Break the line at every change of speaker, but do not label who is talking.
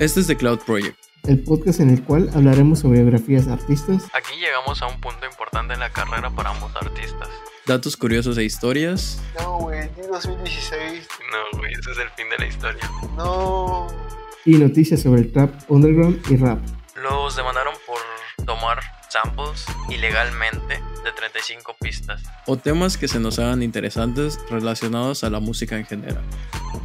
Este es The Cloud Project.
El podcast en el cual hablaremos sobre biografías de artistas,
Aquí llegamos a un punto importante en la carrera para ambos artistas.
Datos curiosos e historias.
No, güey, di 2016.
No, güey, ese es el fin de la historia.
No.
y noticias sobre el trap, underground y rap.
Los demandaron por tomar samples ilegalmente de 35 pistas.
o temas que se nos hagan interesantes relacionados a la música en general.